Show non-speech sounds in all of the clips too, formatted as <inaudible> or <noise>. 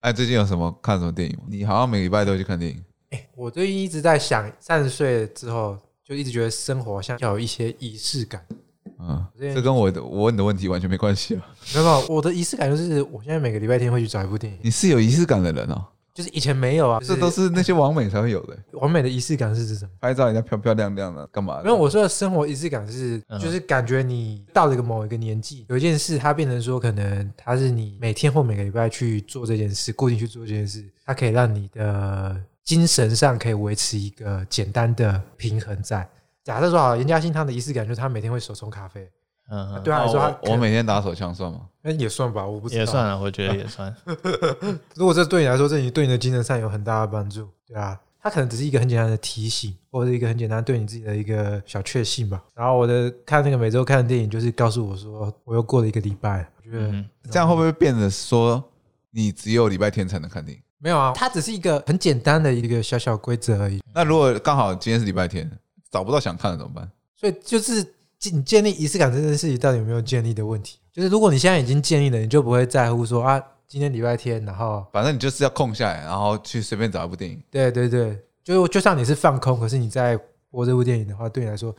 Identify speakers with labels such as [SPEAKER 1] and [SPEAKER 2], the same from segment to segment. [SPEAKER 1] 哎，最近有什么看什么电影吗？你好像每礼拜都会去看电影。
[SPEAKER 2] 哎我最近一直在想，三十岁之后就一直觉得生活好像要有一些仪式感。
[SPEAKER 1] 嗯，
[SPEAKER 2] 最近
[SPEAKER 1] 这跟我的我问的问题完全没关系
[SPEAKER 2] <laughs>
[SPEAKER 1] 啊。
[SPEAKER 2] 没有没有，我的仪式感就是我现在每个礼拜天会去找一部电影，
[SPEAKER 1] 你是有仪式感的人哦，
[SPEAKER 2] 就是以前没有啊。
[SPEAKER 1] 这都是那些网美才会
[SPEAKER 2] <laughs>
[SPEAKER 1] 有的，
[SPEAKER 2] 完美的仪式感是指什么？
[SPEAKER 1] 拍照人家漂漂亮亮的，干嘛的？
[SPEAKER 2] 没有，我说的生活仪式感是，
[SPEAKER 3] 嗯
[SPEAKER 2] 就是感觉你到了一个某一个年纪，有一件事它变成说，可能它是你每天或每个礼拜去做这件事，固定去做这件事，它可以让你的精神上可以维持一个简单的平衡在。假设说好，严嘉欣她的仪式感就是她每天会手冲咖啡，
[SPEAKER 3] 嗯，嗯
[SPEAKER 2] 对他来说他
[SPEAKER 1] 哦我我每天打手枪算吗？
[SPEAKER 2] 那也算吧，我不知道。
[SPEAKER 3] 也算。啊了，我觉得也
[SPEAKER 2] <laughs>
[SPEAKER 3] 算。
[SPEAKER 2] 如果这对你来说，这你对你的精神上有很大的帮助，对啊，它可能只是一个很简单的提醒，或者是一个很简单对你自己的一个小确幸吧。然后我的看那个每周看的电影，就是告诉我说，我又过了一个礼拜，我觉得、
[SPEAKER 3] 嗯，
[SPEAKER 1] 这样会不会变得说你只有礼拜天才能看电影？
[SPEAKER 2] 没有啊，它只是一个很简单的一个小小规则而已。
[SPEAKER 1] 那如果刚好今天是礼拜天，找不到想看的怎么办？
[SPEAKER 2] 所以就是你建立仪式感这件事情到底有没有建立的问题，就是如果你现在已经建立了，你就不会在乎说啊，今天礼拜天，然后
[SPEAKER 1] 反正你就是要空下来，然后去随便找一部电影。
[SPEAKER 2] 对对对，就就算你是放空，可是你在播这部电影的话，对你来说，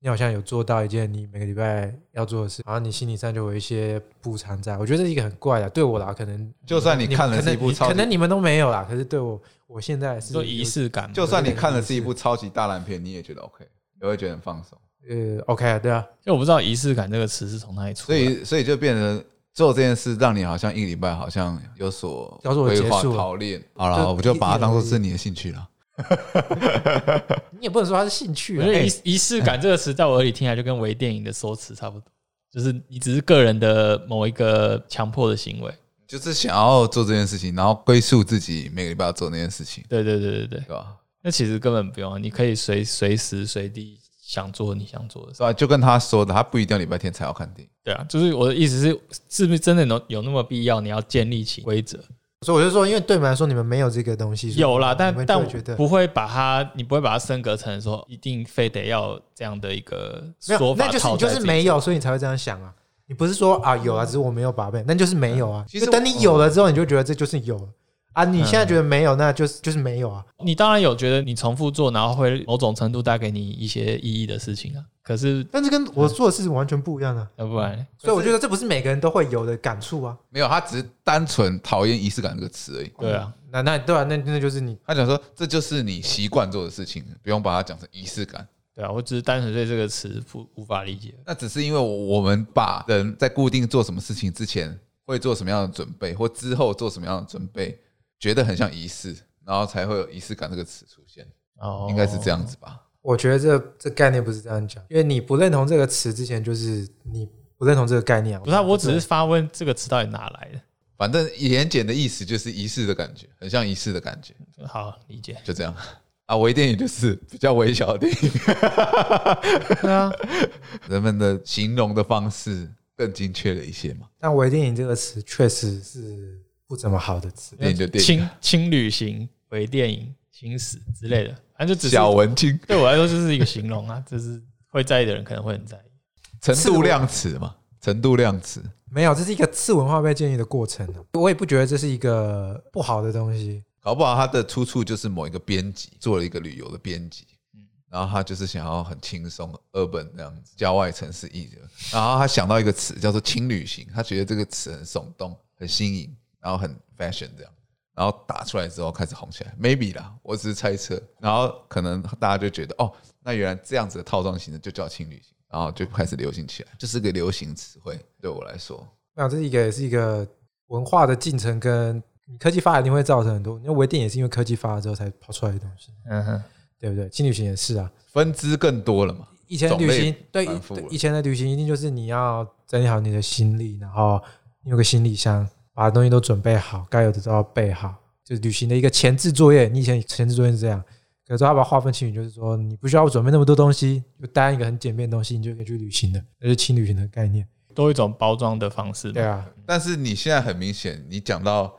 [SPEAKER 2] 你好像有做到一件你每个礼拜要做的事，然后你心理上就有一些补偿在。我觉得这是一个很怪的，对我啦，可能
[SPEAKER 1] 嗯就算你
[SPEAKER 2] 你们
[SPEAKER 1] 看了
[SPEAKER 2] 可能
[SPEAKER 1] 是一部
[SPEAKER 2] 你
[SPEAKER 1] 超
[SPEAKER 2] 可
[SPEAKER 1] 级，
[SPEAKER 2] 能你们都没有啦，可是对我，我现在是
[SPEAKER 3] 说仪式感嘛，
[SPEAKER 1] 就算你看
[SPEAKER 2] 对
[SPEAKER 1] 了
[SPEAKER 2] 对对
[SPEAKER 1] 是一部超级大烂片，你也觉得 OK，也会觉得很放松。
[SPEAKER 2] 呃 OK 啊，对啊，
[SPEAKER 3] 就我不知道仪式感这个词是从哪里出
[SPEAKER 1] 所
[SPEAKER 3] 来的。
[SPEAKER 1] 以，所以就变成做这件事，让你好像一个礼拜好像有所
[SPEAKER 2] 叫做
[SPEAKER 1] 规
[SPEAKER 2] 结
[SPEAKER 1] 划
[SPEAKER 2] 束了
[SPEAKER 1] 操练。好
[SPEAKER 2] 就
[SPEAKER 1] 了，我就把它当做
[SPEAKER 2] 一
[SPEAKER 1] 是你的兴趣了。
[SPEAKER 2] 你也不能说它是兴趣
[SPEAKER 3] 我
[SPEAKER 2] 啊
[SPEAKER 3] 觉。得仪仪式感这个词在我耳里听起来就跟微电影的收词差不多，就是你只是个人的某一个强迫的行为。
[SPEAKER 1] 就是想要做这件事情，然后归宿自己每个礼拜要做那件事情，
[SPEAKER 3] 对对对对对，
[SPEAKER 1] 对吧？
[SPEAKER 3] 那其实根本不用啊，你可以随随时随地想做你想做的事
[SPEAKER 1] 是。吧？就跟他说的，他不一定要礼拜天才要看电影。
[SPEAKER 3] 对啊，就是我的意思是，是不是真的有有那么必要？你要建立起规则。
[SPEAKER 2] 哎所以我就说，因为对你们来说，你们没有这个东西，所以
[SPEAKER 3] 有啦，
[SPEAKER 2] 你
[SPEAKER 3] 但
[SPEAKER 2] 们就
[SPEAKER 3] 但
[SPEAKER 2] 会
[SPEAKER 3] 我
[SPEAKER 2] 觉得
[SPEAKER 3] 不会把它，你不会把它升格成说一定非得要这样的一个
[SPEAKER 2] 没有
[SPEAKER 3] 说，法
[SPEAKER 2] 那就是
[SPEAKER 3] 套
[SPEAKER 2] 你
[SPEAKER 3] 在
[SPEAKER 2] 就
[SPEAKER 3] 自己身上。
[SPEAKER 2] 是没有，所以你才会这样想啊。你不是说啊有啊，只是我没有把妹，那就是没有啊。
[SPEAKER 1] 其
[SPEAKER 2] 其
[SPEAKER 1] 实
[SPEAKER 2] 实等你有了之后，你就觉得这就是有了啊。你现在觉得没有，那就是就是没有啊。
[SPEAKER 3] 你当然有觉得你重复做，然后会某种程度带给你一些意义的事情啊。可是
[SPEAKER 2] 但是跟我做的事情完全不一样啊。
[SPEAKER 3] 要不然呢，
[SPEAKER 2] 所以我觉得这不是每个人都会有的感触啊。
[SPEAKER 1] 没有，他只是单纯讨厌仪式感这个词而已。
[SPEAKER 3] 对啊，
[SPEAKER 2] 那那对啊，那那就是你
[SPEAKER 1] 他讲说，这就是你习惯做的事情，不用把它讲成仪式感。
[SPEAKER 3] 对啊，我只是单纯对这个词不无法理解。
[SPEAKER 1] 那只是因为我们把人在固定做什么事情之前会做什么样的准备，或之后做什么样的准备，觉得很像仪式，然后才会有仪式感这个词出现，
[SPEAKER 3] 哦，
[SPEAKER 1] 应该是这样。子吧？
[SPEAKER 2] 我觉得这这概念不是这样讲，因为你不认同这个词之前，就是你不认同这个概念啊。
[SPEAKER 3] 不是、啊，我只是发问这个词到底哪来的。
[SPEAKER 1] 反正言简的意思就是仪式的感觉，很像仪式的感觉，
[SPEAKER 3] 好，理解。
[SPEAKER 1] 就这样。 <laughs> 啊，微电影就是比较微小的电影，
[SPEAKER 3] 对啊，
[SPEAKER 1] <laughs> 人们的形容的方式更精确了一些嘛。
[SPEAKER 2] 但“微电影”这个词确实是不怎么好的词。
[SPEAKER 1] 电影就电影，
[SPEAKER 3] 轻轻旅行、微电影、轻死之类的，反正就只是
[SPEAKER 1] 小文青，
[SPEAKER 3] 对我来说就是一个形容啊， <laughs> 就是会在意的人可能会很在意。
[SPEAKER 1] 程度量词嘛，程度量词。
[SPEAKER 2] 没有，这是一个次文化被建立的过程啊我也不觉得这是一个不好的东西。
[SPEAKER 1] 搞不好他的出处就是某一个编辑做了一个旅游的编辑，然后他就是想要很轻松，urban 那样子，郊外城市艺人，然后他想到一个词叫做轻旅行，他觉得这个词很耸动、很新颖，然后很 fashion 这样，然后打出来之后开始红起来，maybe 啦，我只是猜测，然后可能大家就觉得哦，那原来这样子的套装型的就叫轻旅行。然后就开始流行起来，就是个流行词汇。对我来说，
[SPEAKER 2] 那这是一个也是一个文化的进程，跟科技发展一定会造成很多。因为微电影也是因为科技发展之后才跑出来的东西，
[SPEAKER 3] 嗯哼，
[SPEAKER 2] 对不对？轻旅行也是啊，
[SPEAKER 1] 分支更多了嘛。
[SPEAKER 2] 以前旅行对
[SPEAKER 1] 繁复了
[SPEAKER 2] 对以前的旅行一定就是你要整理好你的行李，然后你有个行李箱，把东西都准备好，该有的都要备好，就是旅行的一个前置作业。你以前前置作业是这样，可是他把它划分清楚，就是说你不需要准备那么多东西，就单一个很简便的东西，你就可以去旅行的，那是轻旅行的概念。
[SPEAKER 3] 多一种包装的方式嘛。
[SPEAKER 2] 对啊，
[SPEAKER 1] 但是你现在很明显，你讲到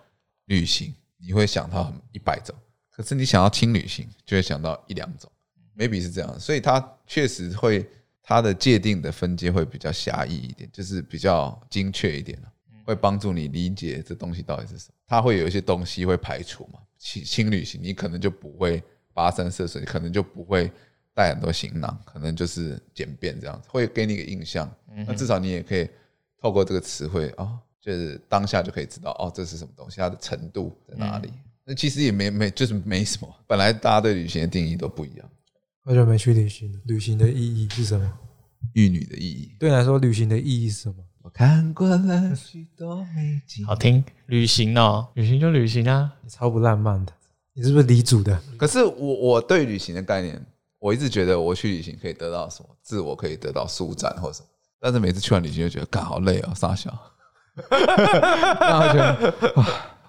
[SPEAKER 1] 旅行，你会想到很一百种；可是你想到轻旅行，就会想到一两种，maybe 是这样。所以它确实会，它的界定的分界会比较狭义一点，就是比较精确一点了。啊会帮助你理解这东西到底是什么。它会有一些东西会排除嘛，轻轻旅行你可能就不会跋山涉水，可能就不会带很多行囊，可能就是简便这样子，会给你一个印象。那至少你也可以透过这个词汇啊，就是当下就可以知道哦，这是什么东西，它的程度在哪里。那其实也没没就是没什么，本来大家对旅行的定义都不一样。
[SPEAKER 2] 好久没去旅行了，旅行的意义是什么？
[SPEAKER 1] 玉女的意义，
[SPEAKER 2] 对你来说，旅行的意义是什么？
[SPEAKER 1] 我看过了许多美景
[SPEAKER 3] 好听，旅行哦，旅行就旅行啊，
[SPEAKER 2] 你超不浪漫的，你是不是离组的？
[SPEAKER 1] 可是我我对旅行的概念，我一直觉得我去旅行可以得到什么，自我可以得到舒展或什么。但是每次去完旅行就觉得，干好累啊、傻笑。然后觉得哇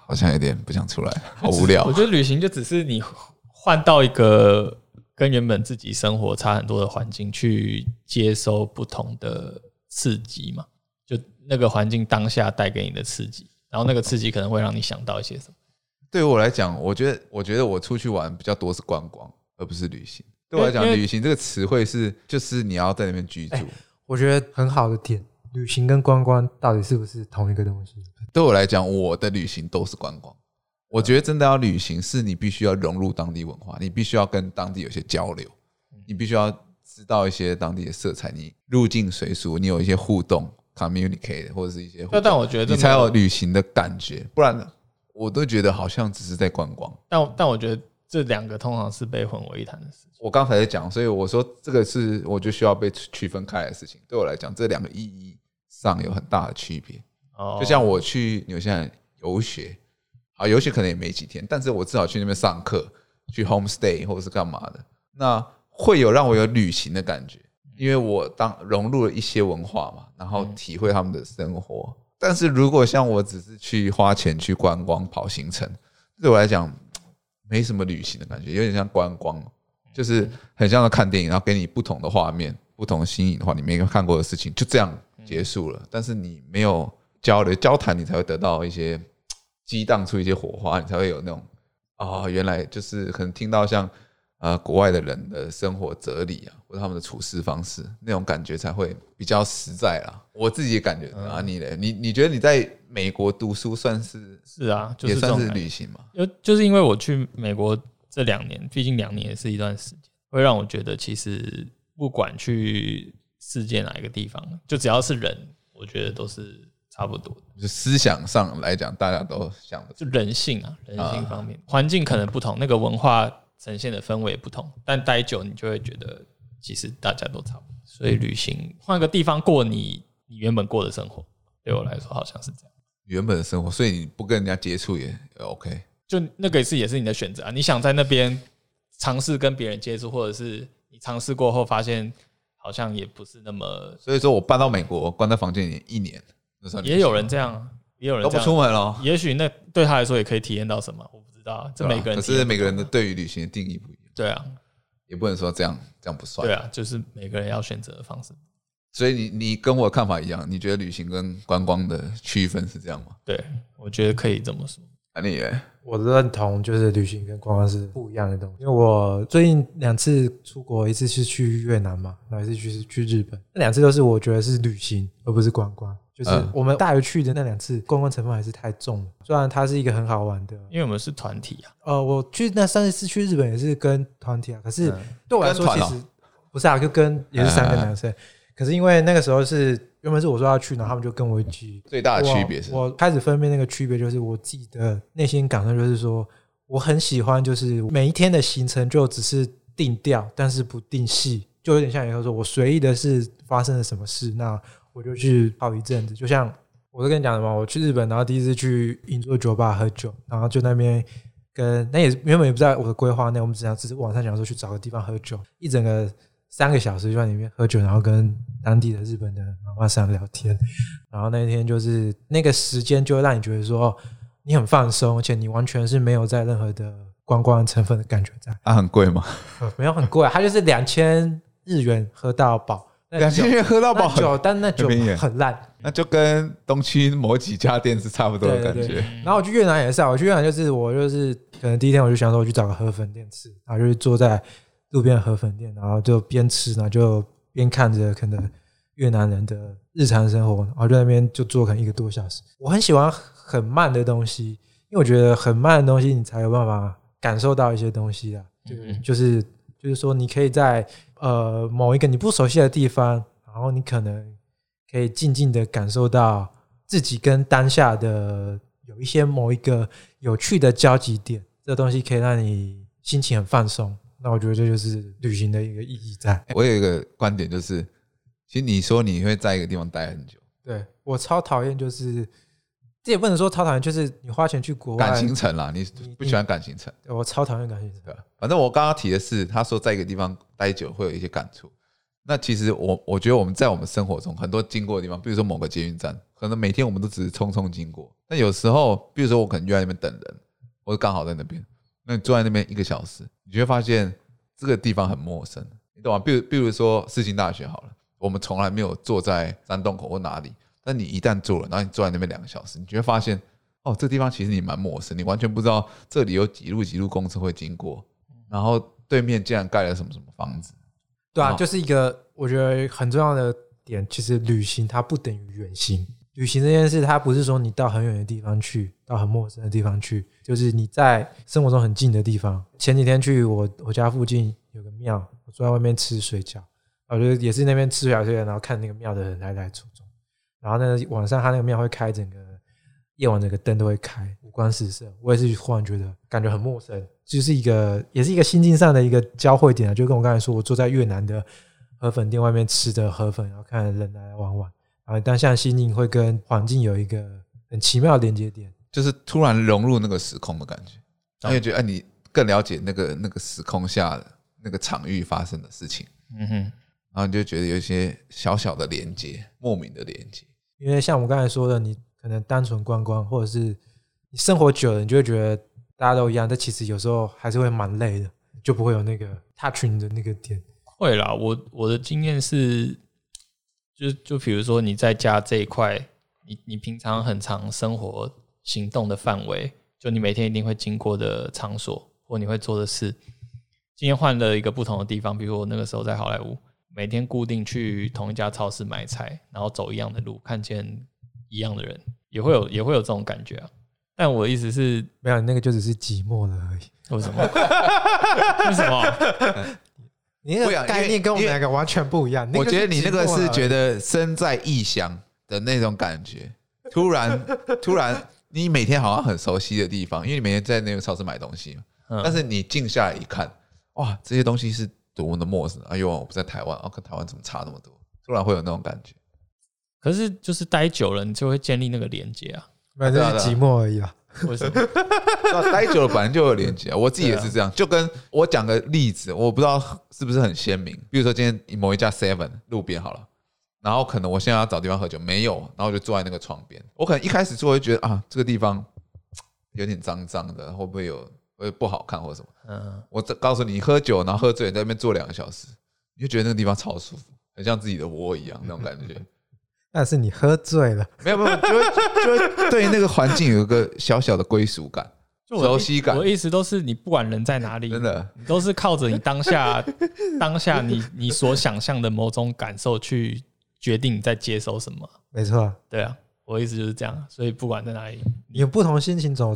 [SPEAKER 1] 好像有点不想出来，好无聊
[SPEAKER 3] <laughs> 我。觉得旅行就只是你换到一个跟原本自己生活差很多的环境，去接收不同的刺激嘛。就那个环境当下带给你的刺激，然后那个刺激可能会让你想到一些什么。
[SPEAKER 1] 对我来讲，我觉得我觉得我出去玩比较多是观光，而不是旅行。对我来讲
[SPEAKER 3] 因，为哎
[SPEAKER 1] 旅行这个词汇是就是你要在那边居住。
[SPEAKER 2] 我觉得很好的点，旅行跟观光到底是不是同一个东西？
[SPEAKER 1] 对我来讲，我的旅行都是观光。
[SPEAKER 3] 嗯
[SPEAKER 1] 我觉得真的要旅行，是你必须要融入当地文化，你必须要跟当地有些交流，
[SPEAKER 3] 嗯
[SPEAKER 1] 你必须要知道一些当地的色彩，你入境随俗，你有一些互动，communicate 或者是一些互
[SPEAKER 3] 但
[SPEAKER 1] 动，
[SPEAKER 3] 但我觉得
[SPEAKER 1] 你才有
[SPEAKER 3] 有，
[SPEAKER 1] 旅行的感觉。不然，我都觉得好像只是在观光。
[SPEAKER 3] 但但我觉得这两个通常是被混为一谈的事情。
[SPEAKER 1] 我刚才在讲，所以我说这个是我就需要被区分开来的事情。对我来讲，这两个意义上有很大的区别。
[SPEAKER 3] 哦
[SPEAKER 1] 就像我去纽西兰游学，啊，游学可能也没几天，但是我至少去那边上课，去 homestay 或者是干嘛的，那会有让我有旅行的感觉，因为我当融入了一些文化嘛，然后体会他们的生活。但是如果像我只是去花钱去观光跑行程，对我来讲没什么旅行的感觉，有点像观光，就是很像在看电影，然后给你不同的画面、不同新颖的话，你没看过的事情，就这样结束了。但是你没有交流、交谈，你才会得到一些嘖激荡出一些火花，你才会有那种啊、原来就是可能听到像呃国外的人的生活哲理啊，或者他们的处事方式那种感觉才会比较实在啦。我自己也感觉啊，你嘞，你你觉得你在美国读书算是
[SPEAKER 3] 是啊，就
[SPEAKER 1] 也
[SPEAKER 3] 是这
[SPEAKER 1] 算
[SPEAKER 3] 种
[SPEAKER 1] 是
[SPEAKER 3] 感觉
[SPEAKER 1] 旅行嘛？
[SPEAKER 3] 就就是因为我去美国这两年，毕竟两年也是一段时间，会让我觉得其实不管去世界哪一个地方，就只要是人，我觉得都是差不多的，
[SPEAKER 1] 就思想上来讲，大家都想的
[SPEAKER 3] 就人性啊，人性方面，环、境可能不同，那个文化呈现的氛围不同，但待久你就会觉得其实大家都差不多，所以旅行换个地方过你你原本过的生活，对我来说好像是这样。
[SPEAKER 1] 原本的生活，所以你不跟人家接触也也 OK。
[SPEAKER 3] 就那个是也是你的选择啊。你想在那边尝试跟别人接触，或者是你尝试过后发现好像也不是那么，
[SPEAKER 1] 所以说我搬到美国，关在房间里一年，那算旅行
[SPEAKER 3] 也有人这样啊，也有人
[SPEAKER 1] 都
[SPEAKER 3] 这
[SPEAKER 1] 不出
[SPEAKER 3] 样。
[SPEAKER 1] 门了。
[SPEAKER 3] 也许那对他来说也可以体验到什么，我不知道啊，这
[SPEAKER 1] 对吧
[SPEAKER 3] 每个人
[SPEAKER 1] 可
[SPEAKER 3] 体
[SPEAKER 1] 是
[SPEAKER 3] 验
[SPEAKER 1] 每个人的对于旅行的定义不一样，
[SPEAKER 3] 对啊，
[SPEAKER 1] 也不能说这样这样不算。
[SPEAKER 3] 对啊，就是每个人要选择的方式。
[SPEAKER 1] 所以你你跟我的看法一样，你觉得旅行跟观光的区分是这样吗？
[SPEAKER 3] 对，我觉得可以这么说。
[SPEAKER 1] 啊，你以为
[SPEAKER 2] 我认同就是旅行跟观光是不一样的东西，因为我最近两次出国，一次是去越南嘛，然后一次去去日本，那两次都是我觉得是旅行而不是观光，就是
[SPEAKER 1] 嗯
[SPEAKER 2] 我们大学去的那两次观光成分还是太重了。虽然它是一个很好玩的，
[SPEAKER 3] 因为我们是团体啊，
[SPEAKER 2] 呃，我去那上一次去日本也是跟团体啊，可是对我来说
[SPEAKER 1] 跟
[SPEAKER 2] 其
[SPEAKER 1] 团哦
[SPEAKER 2] 实不是啊，就跟也是三个
[SPEAKER 1] 嗯嗯嗯
[SPEAKER 2] 男生，可是因为那个时候是原本是我说要去，然后他们就跟我一起
[SPEAKER 1] 最大的区别是
[SPEAKER 2] 我我开始分辨那个区别，就是我自己的内心感受，就是说我很喜欢，就是每一天的行程就只是定调，但是不定系，就有点像以后说我随意的是发生了什么事，那我就去泡一阵子。就像我都跟你讲的嘛，我去日本，然后第一次去银座酒吧喝酒，然后就那边。跟那也原本也不在我的规划内，我们只想只是晚上想说去找个地方喝酒，一整个三个小时就在里面喝酒，然后跟当地的日本的妈妈桑聊天，然后那天就是那个时间，就会让你觉得说，哦你很放松，而且你完全是没有在任何的观光成分的感觉在，
[SPEAKER 1] 啊很贵吗？
[SPEAKER 2] 呃没有很贵啊，它就是两千日元喝到饱，那
[SPEAKER 1] 两 <laughs>
[SPEAKER 2] 酒
[SPEAKER 1] 千元喝到饱
[SPEAKER 2] 那
[SPEAKER 1] 很，
[SPEAKER 2] 酒，但那酒
[SPEAKER 1] 便宜
[SPEAKER 2] 很烂。
[SPEAKER 1] 那就跟东区某几家店是差不多的
[SPEAKER 2] 对
[SPEAKER 1] 感
[SPEAKER 2] 对对
[SPEAKER 1] 觉。，
[SPEAKER 2] 然后我去越南也是啊，我去越南就是我就是可能第一天我就想说我去找个河粉店吃，然后就是坐在路边的河粉店，然后就边吃，然后就边看着可能越南人的日常生活，然后就在那边就坐可能一个多小时。我很喜欢很慢的东西，因为我觉得很慢的东西你才有办法感受到一些东西啊。
[SPEAKER 3] 嗯嗯
[SPEAKER 2] 就是就是说，你可以在呃某一个你不熟悉的地方，然后你可能可以静静的感受到自己跟当下的有一些某一个有趣的交集点，这东西可以让你心情很放松。那我觉得这就是旅行的一个意义在。
[SPEAKER 1] 我有一个观点就是，其实你说你会在一个地方待很久，
[SPEAKER 2] 对我超讨厌，就是这也不能说超讨厌，就是你花钱去国外，
[SPEAKER 1] 感情城啦，你不喜欢感情城，
[SPEAKER 2] 我超讨厌感情城。
[SPEAKER 1] 对吧。啊反正我刚刚提的是，他说在一个地方待久会有一些感触。那其实我我觉得我们在我们生活中很多经过的地方，比如说某个捷运站，可能每天我们都只是匆匆经过。那有时候，比如说我可能就在那边等人，我刚好在那边，那你坐在那边一个小时，你就会发现这个地方很陌生，你懂吗？比如比如说世新大学好了，我们从来没有坐在山洞口或哪里，但你一旦坐了，然后你坐在那边两个小时，你就会发现，哦，这地方其实你蛮陌生，你完全不知道这里有几路几路公车会经过，然后对面竟然盖了什么什么房子，
[SPEAKER 2] 对啊，
[SPEAKER 1] 哦
[SPEAKER 2] 就是一个我觉得很重要的点，其实旅行它不等于远行。旅行这件事，它不是说你到很远的地方去，到很陌生的地方去，就是你在生活中很近的地方。前几天去我我家附近有个庙，我坐在外面吃水饺，我觉得也是那边吃水饺吃的，然后看那个庙的人来来走走。然后呢，晚上他那个庙会开整个夜晚，整个灯都会开，五光十色。我也是忽然觉得感觉很陌生，就是一个也是一个心境上的一个交汇点啊。就跟我刚才说，我坐在越南的河粉店外面吃着河粉，然后看人来来往往，然后当下心境会跟环境有一个很奇妙的连接点。
[SPEAKER 1] 就是突然融入那个时空的感觉，你
[SPEAKER 3] 哦
[SPEAKER 1] 会觉得哎，你更了解那个那个时空下的那个场域发生的事情。
[SPEAKER 3] 嗯哼，
[SPEAKER 1] 然后你就觉得有一些小小的连接，莫名的连接。
[SPEAKER 2] 因为像我刚才说的，你可能单纯观光，或者是你生活久了，你就会觉得大家都一样，但其实有时候还是会蛮累的，就不会有那个 touch 你的那个点。
[SPEAKER 3] 会啦。我我的经验是，就就比如说你在家这一块，你你平常很常生活行动的范围，就你每天一定会经过的场所或你会做的事，今天换了一个不同的地方，比如我那个时候在好莱坞，每天固定去同一家超市买菜，然后走一样的路，看见一样的人，也会有也会有这种感觉啊。但我的意思是，
[SPEAKER 2] 没有，那个就只是寂寞了而已。
[SPEAKER 3] 为什么？ <laughs> 为什么？ <laughs>
[SPEAKER 2] 你
[SPEAKER 1] 不一
[SPEAKER 2] 那
[SPEAKER 1] 样
[SPEAKER 2] 个概
[SPEAKER 1] 因为
[SPEAKER 2] 念跟我们
[SPEAKER 1] 因为
[SPEAKER 2] 两个完全不一样。
[SPEAKER 1] 我觉得你那个是觉
[SPEAKER 2] 得
[SPEAKER 1] 得身在异乡的那种感觉，突然突然，你每天好像很熟悉的地方，因为你每天在那个超市买东西嘛，
[SPEAKER 3] 嗯
[SPEAKER 1] 但是你静下来一看，哇，这些东西是多么的陌生！哎呦，我不在台湾，哦，跟台湾怎么差那么多？突然会有那种感觉。
[SPEAKER 3] 可是就是待久了，你就会建立那个连接啊。
[SPEAKER 2] 没有，那
[SPEAKER 1] 对啊
[SPEAKER 2] 是
[SPEAKER 1] 对啊
[SPEAKER 2] 寂寞而已啊。
[SPEAKER 1] <laughs>
[SPEAKER 3] 为什 <laughs> 么？
[SPEAKER 1] 那待久了本来就有连接，啊我自己也是这样。就跟我讲个例子，我不知道是不是很鲜明。比如说今天某一家 Seven 路边好了，然后可能我现在要找地方喝酒，没有，然后我就坐在那个床边。我可能一开始坐就觉得啊，这个地方嘖有点脏脏的，会不会有会不好看或什么？
[SPEAKER 3] 嗯，
[SPEAKER 1] 我这告诉你，喝酒然后喝醉了在那边坐两个小时，你就觉得那个地方超舒服，很像自己的窝一样那种感觉。 <laughs>
[SPEAKER 2] 但是你喝醉了，
[SPEAKER 1] 没有没有，就会就会对那个环境有一个小小的归属感、
[SPEAKER 3] 就我的意
[SPEAKER 1] 熟悉感
[SPEAKER 3] 我的意思都是，你不管人在哪里，
[SPEAKER 1] 真的
[SPEAKER 3] 你都是靠着你当下当下你你所想象的某种感受去决定你在接收什么。
[SPEAKER 2] 没错，
[SPEAKER 3] 对啊，我的意思就是这样。所以不管在哪里，
[SPEAKER 2] 你有不同心情走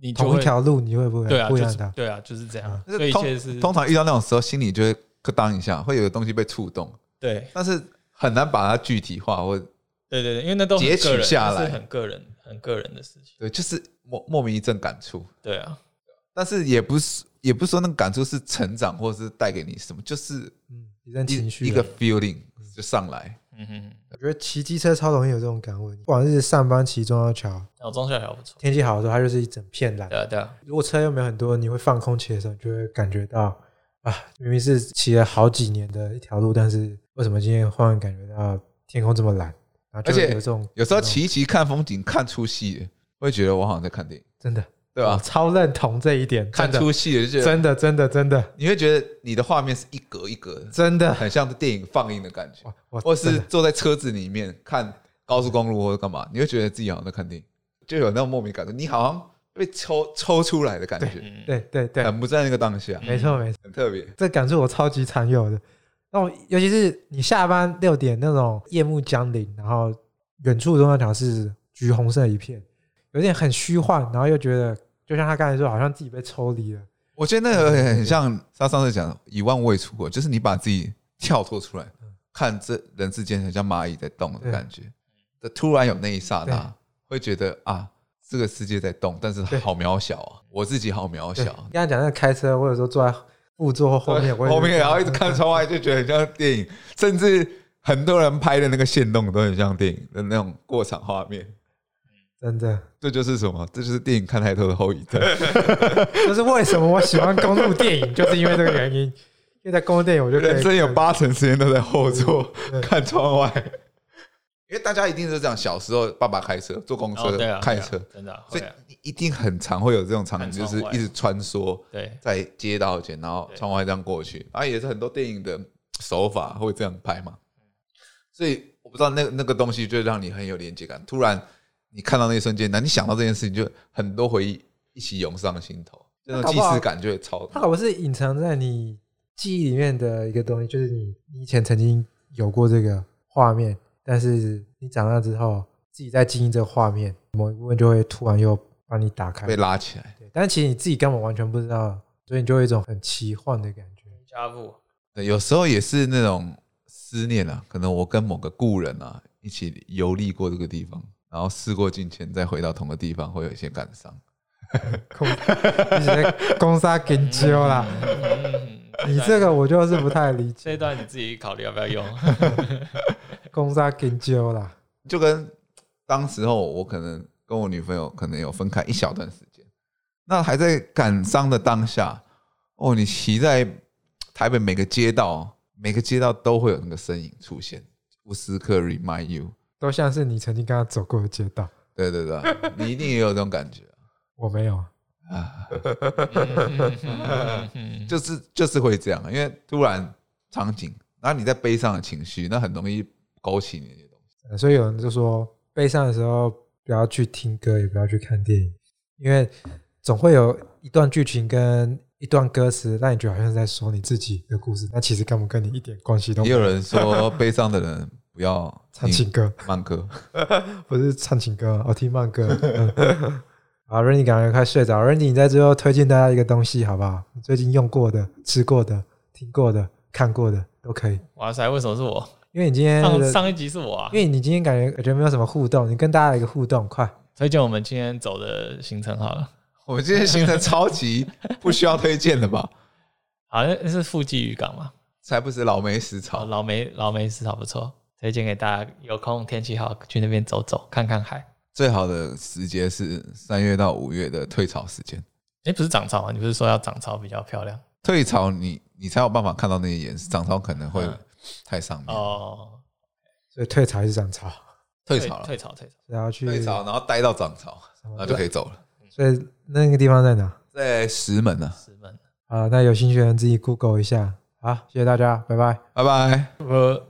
[SPEAKER 3] 你就
[SPEAKER 2] 同
[SPEAKER 3] 会
[SPEAKER 2] 一条路，你会不会
[SPEAKER 3] 对啊，
[SPEAKER 2] 不一
[SPEAKER 3] 就
[SPEAKER 2] 样
[SPEAKER 3] 是
[SPEAKER 2] 的？嗯
[SPEAKER 3] 对啊，就是这样。
[SPEAKER 1] 那
[SPEAKER 3] 所以一切
[SPEAKER 1] 通
[SPEAKER 3] 是
[SPEAKER 1] 通常遇到那种时候，心里就会咯当一下，会有东西被触动，
[SPEAKER 3] 对
[SPEAKER 1] 但是很难把它具体化，或
[SPEAKER 3] 对对对，因为那都很
[SPEAKER 1] 截取
[SPEAKER 3] 个人，
[SPEAKER 1] 下
[SPEAKER 3] 那
[SPEAKER 1] 来
[SPEAKER 3] 是很个人很个人的事情。
[SPEAKER 1] 对，就是莫莫名一阵感触，
[SPEAKER 3] 对啊，
[SPEAKER 1] 但是也不是也不是说那个感触是成长，或是带给你什么，就是
[SPEAKER 2] 嗯，一阵情
[SPEAKER 1] 一
[SPEAKER 2] 绪
[SPEAKER 1] 一
[SPEAKER 2] 啊
[SPEAKER 1] 个 feeling 就上来。
[SPEAKER 3] 嗯哼，
[SPEAKER 2] 我觉得骑机车超容易有这种感悟。不管是上班骑中央桥，
[SPEAKER 3] 然后中小条不错。
[SPEAKER 2] 天气好的时候，它就是一整片蓝。
[SPEAKER 3] 对啊对啊，
[SPEAKER 2] 如果车又没有很多，你会放空骑的时候，你就会感觉到啊，明明是骑了好几年的一条路，但是为什么今天忽然感觉到天空这么蓝？然后就
[SPEAKER 1] 而且
[SPEAKER 2] 有这种
[SPEAKER 1] 有时候骑一骑看风景，看出戏了，会觉得我好像在看电影，
[SPEAKER 2] 真的
[SPEAKER 1] 对吧
[SPEAKER 2] 我？超认同这一点，
[SPEAKER 1] 看
[SPEAKER 2] 哦真的
[SPEAKER 1] 出戏了就觉得，
[SPEAKER 2] 真的真的真的
[SPEAKER 1] 你会觉得你的画面是一格一格的，
[SPEAKER 2] 真的，
[SPEAKER 1] 很像电影放映的感觉，
[SPEAKER 2] 哇我
[SPEAKER 1] <laughs> 或
[SPEAKER 2] 真
[SPEAKER 1] 是
[SPEAKER 2] 的
[SPEAKER 1] 坐在车子里面看高速公路或者干嘛，你会觉得自己好像在看电影，就有那种莫名感觉，你好像被抽抽出来的感觉，
[SPEAKER 3] 嗯，
[SPEAKER 2] 对对对，
[SPEAKER 1] 很不在那个当下，
[SPEAKER 2] 没错没错，
[SPEAKER 1] 很特别。
[SPEAKER 2] 这感触我超级常有的。那我尤其是你下班六点那种夜幕降临，然后远处中央桥是橘红色一片，有点很虚幻，然后又觉得就像他刚才说，好像自己被抽离了。
[SPEAKER 1] 我觉得那个很像他上次讲的“一万未出国”，就是你把自己跳脱出来，看这人世间很像蚂蚁在动的感觉。这突然有那一刹
[SPEAKER 2] 对
[SPEAKER 1] 那，会觉得啊，这个世界在动，但是
[SPEAKER 2] 对
[SPEAKER 1] 好渺小啊，我自己好渺
[SPEAKER 2] 对
[SPEAKER 1] 小。啊
[SPEAKER 2] 刚才讲那个开车，我有时候坐在副座或后面，我
[SPEAKER 1] <laughs>
[SPEAKER 2] 也
[SPEAKER 1] 后面然啊后一直看窗外，就觉得很像电影，甚至很多人拍的那个线动都很像电影的那种过场画面。
[SPEAKER 2] 真的，
[SPEAKER 1] 这就是什么？这就是电影看太多的后遗症。
[SPEAKER 2] 这是为什么我喜欢公路电影，就是因为这个原因，因为在公路电影我就可以
[SPEAKER 1] 人生有八成时间都在后座
[SPEAKER 2] 对
[SPEAKER 1] 看窗外，因为大家一定是这样。小时候爸爸开车，坐公
[SPEAKER 3] 哦对
[SPEAKER 1] 车
[SPEAKER 3] 啊，
[SPEAKER 1] 开
[SPEAKER 3] 对啊
[SPEAKER 1] 车，
[SPEAKER 3] 真的啊
[SPEAKER 1] 所
[SPEAKER 3] 会
[SPEAKER 1] 以
[SPEAKER 3] 啊
[SPEAKER 1] 你一定很常会有这种场景，就
[SPEAKER 3] 看窗
[SPEAKER 1] 是
[SPEAKER 3] 外
[SPEAKER 1] 一直穿梭
[SPEAKER 3] 对
[SPEAKER 1] 在街道间，然后
[SPEAKER 3] 对
[SPEAKER 1] 窗外这样过去。啊，也是很多电影的手法会这样拍嘛。所以我不知道那那个东西就让你很有连接感。突然你看到那一瞬间，那你想到这件事情，就很多回忆一起涌上心头，那种
[SPEAKER 2] 搞
[SPEAKER 1] 即
[SPEAKER 2] 不好
[SPEAKER 1] 视感就会超。
[SPEAKER 2] 它可不是隐藏在你记忆里面的一个东西，就是你你以前曾经有过这个画面，但是你长大之后自己在经营这个画面，某一部分就会突然又把你打开
[SPEAKER 1] 被。拉起来，
[SPEAKER 2] 对，但其实你自己根本完全不知道，所以你就会有一种很奇幻的感觉。
[SPEAKER 3] 家父
[SPEAKER 1] 对，有时候也是那种思念啊，可能我跟某个故人啊一起游历过这个地方，然后事过境迁，再回到同个地方，会有一些感伤。
[SPEAKER 2] 空，你在攻杀跟揪 <laughs> 啦，
[SPEAKER 3] 嗯，
[SPEAKER 2] 你这个我就是不太理
[SPEAKER 3] 这一
[SPEAKER 2] 解，
[SPEAKER 3] 段你自己考虑要不要用。
[SPEAKER 2] 攻杀跟揪啦，
[SPEAKER 1] 就跟当时候我可能跟我女朋友可能有分开一小段时间，那还在感伤的当下，哦，你骑在台北每个街道，每个街道都会有那个身影出现，无时刻 remind you。
[SPEAKER 2] 都像是你曾经跟他走过的街道。
[SPEAKER 1] 对对对，你一定也有这种感觉
[SPEAKER 2] 我没有，
[SPEAKER 1] 啊。
[SPEAKER 3] 嗯
[SPEAKER 1] 就是就是会这样，啊因为突然场景，然后你在悲伤的情绪，那很容易勾起你的东西。
[SPEAKER 2] 呃所以有人就说，悲伤的时候不要去听歌，也不要去看电影，因为总会有一段剧情跟一段歌词，让你觉得好像是在说你自己的故事，那其实根本跟你一点关系都没
[SPEAKER 1] 也有人说，悲伤的人不要
[SPEAKER 2] 唱情
[SPEAKER 1] 听
[SPEAKER 2] 歌，
[SPEAKER 1] 慢歌，
[SPEAKER 2] 不是唱情歌，我听
[SPEAKER 1] <laughs>
[SPEAKER 2] 慢歌。嗯好，Randy 感觉快睡着，Randy 你在最后推荐大家一个东西好不好？你最近用过的、吃过的、听过的、看过的都可以，
[SPEAKER 3] 哇塞，为什么是我？
[SPEAKER 2] 因为你今天的
[SPEAKER 3] 上上一集是我啊
[SPEAKER 2] 因！为你今天感觉感觉没有什么互动，你跟大家来一个互动，快。
[SPEAKER 3] 推荐我们今天走的行程好了，
[SPEAKER 1] <laughs> 我们今天行程超
[SPEAKER 3] <laughs>
[SPEAKER 1] 级不需要推荐的吧？
[SPEAKER 3] 好像是附近渔港嘛，
[SPEAKER 1] 才不是老梅食
[SPEAKER 3] 好
[SPEAKER 1] 草，
[SPEAKER 3] 老梅老梅市场不错，推荐给大家，有空天气好去那边走走，看看海。
[SPEAKER 1] 最好的时节是三月到五月的退潮时间。
[SPEAKER 3] 哎，不是涨潮啊，你不是说要涨潮比较漂亮
[SPEAKER 1] 退潮你你才有办法看到那些岩石，涨潮可能会
[SPEAKER 3] 嗯
[SPEAKER 1] 太上面。
[SPEAKER 3] 哦？
[SPEAKER 2] 所以退潮还是涨潮，
[SPEAKER 1] 退潮了，
[SPEAKER 3] 退潮，退潮。
[SPEAKER 2] 然后去
[SPEAKER 1] 退潮，啊然后待到涨潮，
[SPEAKER 2] 什么
[SPEAKER 1] 然后就可以走了。
[SPEAKER 2] 所以那个地方在哪？
[SPEAKER 1] 在石门呢，
[SPEAKER 3] 石门，
[SPEAKER 2] 啊，那有兴趣的人自己 Google 一下。好，谢谢大家，拜拜。
[SPEAKER 1] 拜拜。
[SPEAKER 3] 呃，